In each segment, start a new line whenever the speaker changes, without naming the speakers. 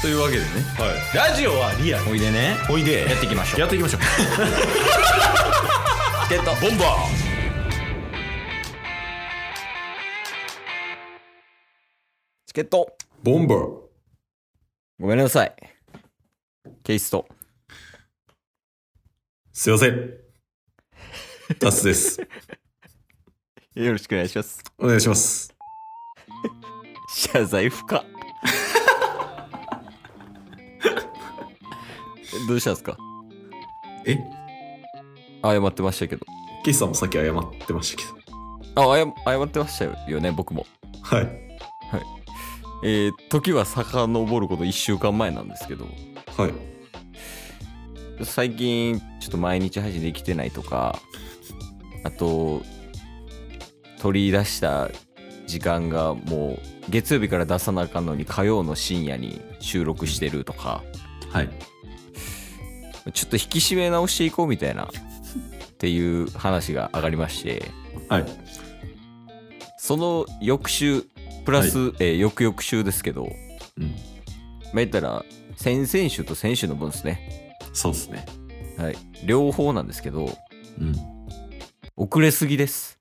というわけでね
はい、ラジオはリアル
おいでね
おいで
やっていきましょう
やっていきましょう
ゲット
ボンバ
チケット
ーボンバー
ごめんなさいケイスト
すいませんタスです
よろしくお願いします
お願いします
謝罪不可 どうしたんですか
え
謝ってましたけど
ケイさんもさっき謝ってましたけど
あ謝謝ってましたよね僕も
はい
えー、時は遡ること1週間前なんですけど
はい
最近ちょっと毎日配信できてないとかあと取り出した時間がもう月曜日から出さなあかんのに火曜の深夜に収録してるとか
はい
ちょっと引き締め直していこうみたいなっていう話が上がりまして
はい
その翌週プラス、えー翌々週ですけど
うん
まあ言ったら先々週と先週の分ですね、
そうですね
はい、両方なんですけど
うん
遅れすぎです。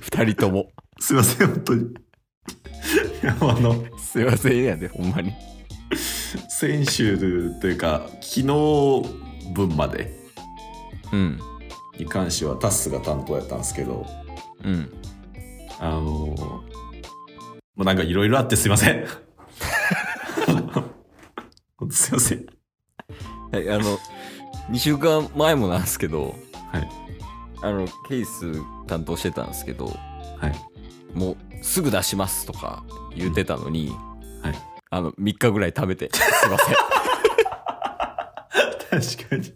二人とも。
すいません本当にいやあの
すいませんやで、ほんまに。
先週というか昨日分まで
うん。
に関してはタスが担当やったんですけど
うん。
あのもうなんかいろいろあってすいま せんほんとすいません
はい、あの、2週間前もなんですけど、
はい
あの、ケース担当してたんですけど、
はい
もうすぐ出しますとか言ってたのに、
はい
あの、3日ぐらい食べて、すいません。
確かにい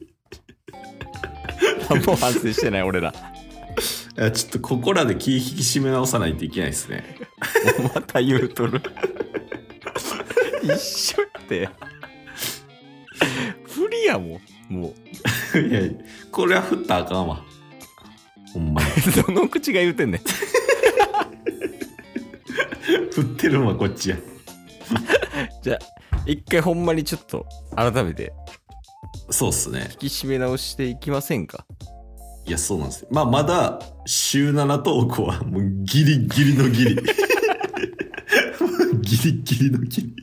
何 も反省してない、俺ら。
やちょっとここらで気引き締め直さないといけないですね
また言うとる。一緒や って。不利やもん、もう。
いやいやこれは振ったらあかんわほんまに
どの口が言うてんねん。
振ってるのはこっちや
じゃあ、一回ほんまにちょっと改めて
そうっすね
引き締め直していきませんか
いやそうなんですよまあまだ週7投稿はもうギリギリのギリ ギリギリのギリ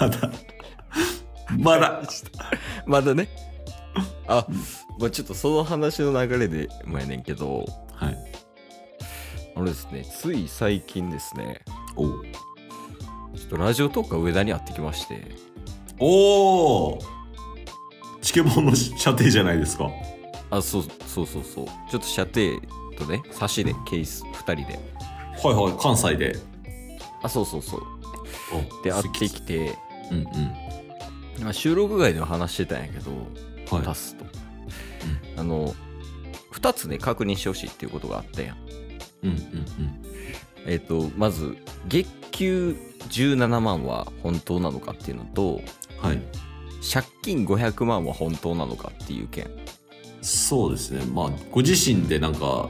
まだまだ
まだね。あ、まあ、ちょっとその話の流れでもやねんけど、
はい
あれですね、つい最近ですね、
お
ちょっとラジオトークが上田に会ってきまして、
おーチケボンの射程じゃないですか
あ、そうそうそうそう、ちょっと射程とね、差しで、ケース2人で。
はいはい関西で
あ、そうそうそう。
お
で、会ってきて、
うんうん
まあ、収録外では話してたんやけど、
は
足すと、あの2つね確認してほしいっていうことがあったやん
いうんうん
えっ、とまず月給17万は本当なのかっていうのと
うんはい
借金500万は本当なのかっていう件
そうですね、まあ、ご自身でなんか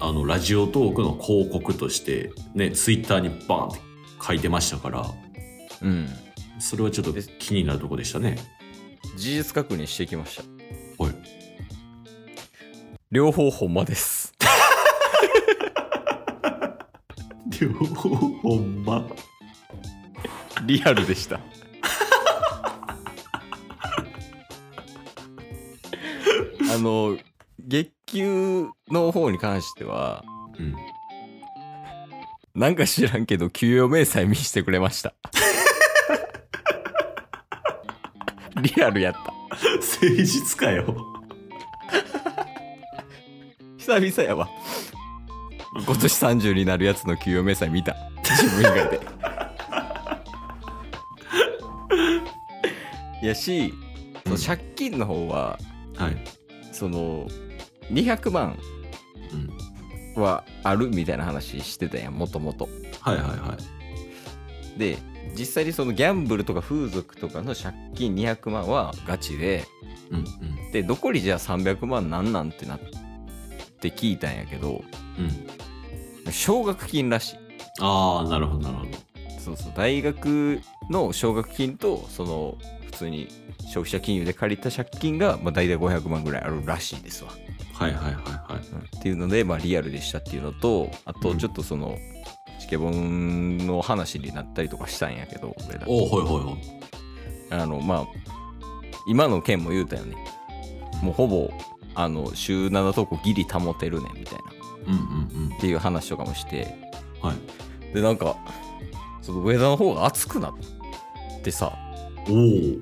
あのラジオトークの広告として、ね、ツイッターにバーンって書いてましたから
うん
それはちょっと気になるとこでしたね。
事実確認してきました
はい、
両方ほんまです
両方ほんま
リアルでした あの月給の方に関しては
うん、
なんか知らんけど、給与明細見してくれました。 リアルやった。
誠実かよ
久々やわ。今年30になるやつの給与明細見た。自分以外で。 やし、その借金の方は、
はい、
その、200万
うん、
はあるみたいな話してたやん、もともと。
はいはいはい
で、実際にそのギャンブルとか風俗とかの借金200万はガチで、
うんうん
で残りじゃあ300万なんなんってなって聞いたんやけど
うん
奨学金らしい
ああ、なるほど、なるほど。
そうそう大学の奨学金とその普通に消費者金融で借りた借金が、まあ、大体500万ぐらいあるらしいですわ、
はいはいはいはい。
うんっていうので、まあ、リアルでしたっていうのとあ
う
と
ん
ちょっとその、チケボンの話になったりとかしたんやけど俺ら
おお、はいはいはい。
あのまあ今の件も言うたよねもうほぼあの週7とこギリ保てるねんみたいなっ
うんうん
ていう話とかもして
うん。はい。
でなんかその上田の方が熱くなってさ
お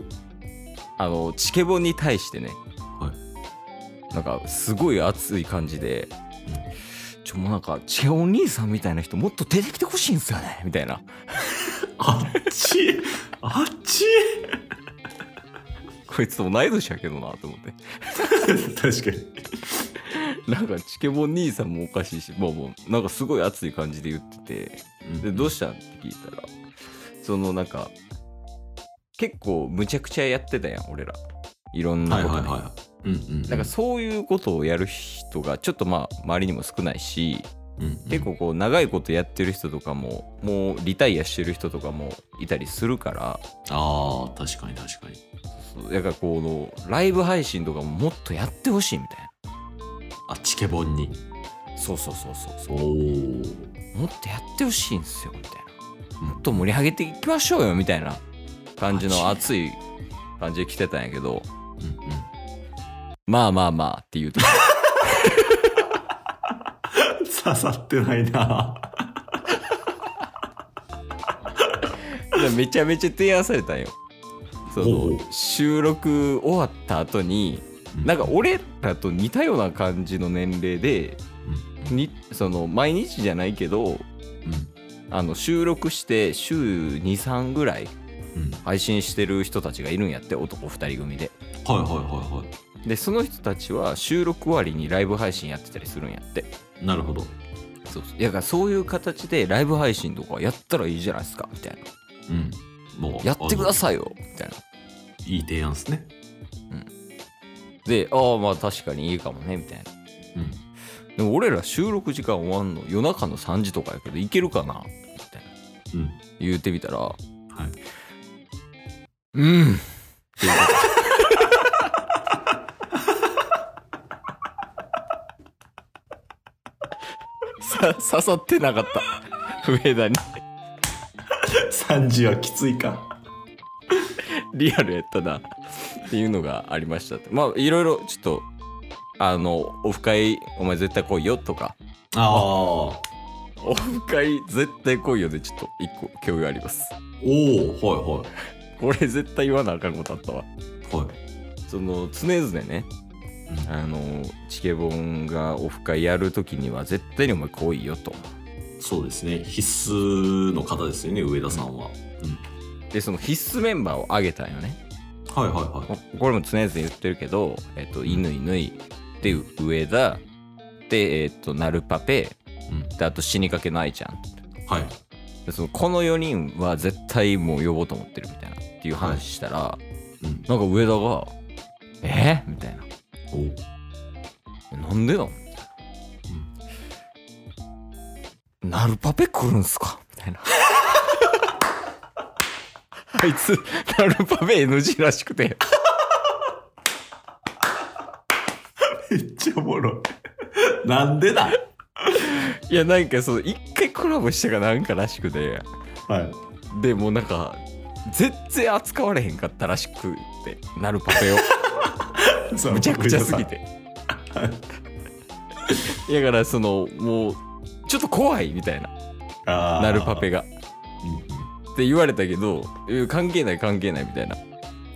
あのチケボンに対してね
お。はい。
なんかすごい熱い感じで、ちょもうなんかチケボン兄さんみたいな人もっと出てきてほしいんですよねみたいな
あっち、あっち。
こいつ同い年やけどなと思 って
確かに。
なんかチケボン兄さんもおかしいしもうもうなんかすごい熱い感じで言ってて。でどうしたんって聞いたらそのなんか結構むちゃくちゃやってたやん俺らいろん
は
ないこ
は
とね
いはい。うんうん。
なんかそういうことをやる人がちょっとまあ周りにも少ないし
うんうん
結構こう長いことやってる人とかももうリタイアしてる人とかもいたりするから
ああ、確かに確かに。
そうだからこうライブ配信とかももっとやってほしいみたい
あっちけぼんに。
なそうそうそうそうそ
おお。
うもっとやってほしいんですよみたいなもっと盛り上げていきましょうよみたいな感じの
マジ
熱い感じで来てたんやけど
うんうん。
まあまあまあって言うて
刺さってないな。
めちゃめちゃ提案されたんよそ
ほう
の
ほ
収録終わった後になんか俺らと似たような感じの年齢でにその毎日じゃないけど
うん
あの収録して週23ぐらい
うんうん。
配信してる人たちがいるんやって男2人組で
はいはいは
でその人たちは収録終わりにライブ配信やってたりするんやって
いはい。なるほど。
そうそういやだからそういう形でライブ配信とかやったらいいじゃないですかみたいな
うん。もう。。
やってくださいよみたいない
いい提案ですね。
でああまあ確かにいいかもねみたいな
うん。
でも俺ら収録時間終わんの夜中の3時とかやけどいけるかなみたいな
うん。
言うてみたら
はい。
うんって言うてさ刺さってなかった上田に
3時はきついか。
リアルやったなっていうのがありましたってまあいろいろちょっとあのオフ会お前絶対来いよとか
ああ。お
オフ会絶対来いよでちょっと一個共有あります
お、は
これ絶対言わなあかんことあったわ
いはい。は
その常々ね
い。
あのチケボンがオフ会やるときには絶対にお前来いよと
そうですね。必須の方ですよね、上田さんは。うん。
でその必須メンバーを挙げたんよね
はいはいは
ここれも常々言ってるけどえっと犬犬で上田でえっとナルパペ
い。うん。
であと死にかけの愛ちゃん
はい。
でそのこの4人は絶対もう呼ぼうと思ってるみたいなっていう話したら、
うん。
なんか上田が「えみたいな
おう
「なんでだ?」みたいな「なるパペ来るんすか?」みたいな あいつなるパペ NG らしくて
めっちゃおもろい。なんでだ
いやなんかその一回コラボしたかなんからしくて
はい。
でもうなんか全然扱われへんかったらしくてなるパペを。 むちゃくちゃすぎ。 て。だからそのもうちょっと怖いみたいな
な
なるパペ
が。
がっ
うん
て言われたけどえ関係ない関係ないみたいな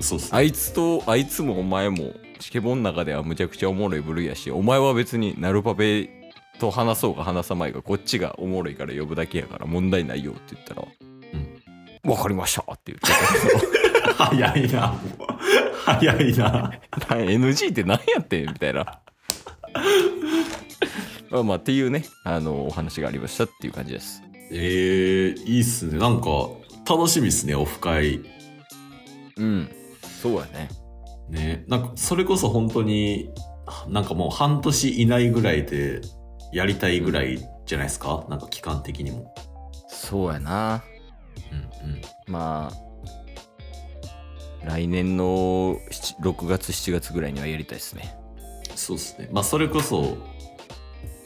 そうっすね。
あいつとあいつもお前もチケボンの中ではむちゃくちゃおもろい部類やしお前は別になるパペと話そうか話さまいかこっちがおもろいから呼ぶだけやから問題ないよって言ったら「わ、かりました」って言って
早いな。早いな。
な NG って何やってんみたいな。まあまあっていうねあのお話がありましたっていう感じです。
ええいいっすね。なんか、楽しみっすね、オフ会。
うんそうやね
ね。なんか、それこそ本当に、なんかもう半年いないぐらいで、やりたいぐらいじゃないですかなんか期間的にも。
そうやな
うんうん
まあ来年の7 6月7月ぐらいにはやりたいですね
そうですねまあそれこそ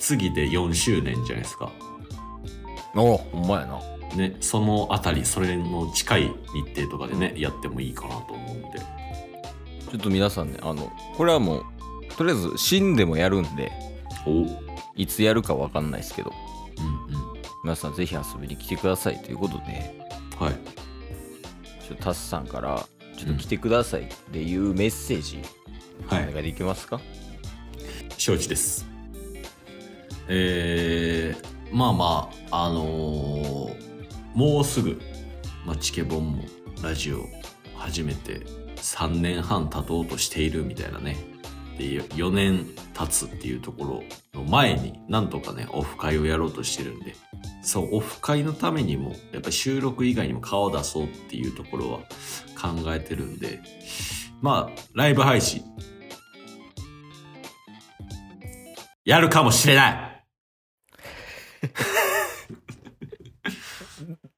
次で4周年じゃないですか
おおほんまやな
ねそのあたりそれの近い日程とかでねやってもいいかなと思うんで
ちょっと皆さんねあのこれはもうとりあえず死んでもやるんで
おうんうん
いつやるかわかんないですけど皆さんぜひ遊びに来てくださいということで
はい
ちょっとタスさんからちょっと来てくださいっていうメッセージ
は
お
い
願いできますか、
承知ですえー、まあまああのーもうすぐ、まあ、チケボンもラジオ始めて3年半経とうとしているみたいなねで4年経つっていうところの前になんとかねオフ会をやろうとしてるんでそうオフ会のためにもやっぱ収録以外にも顔を出そうっていうところは考えてるんでまあライブ配信やるかもしれない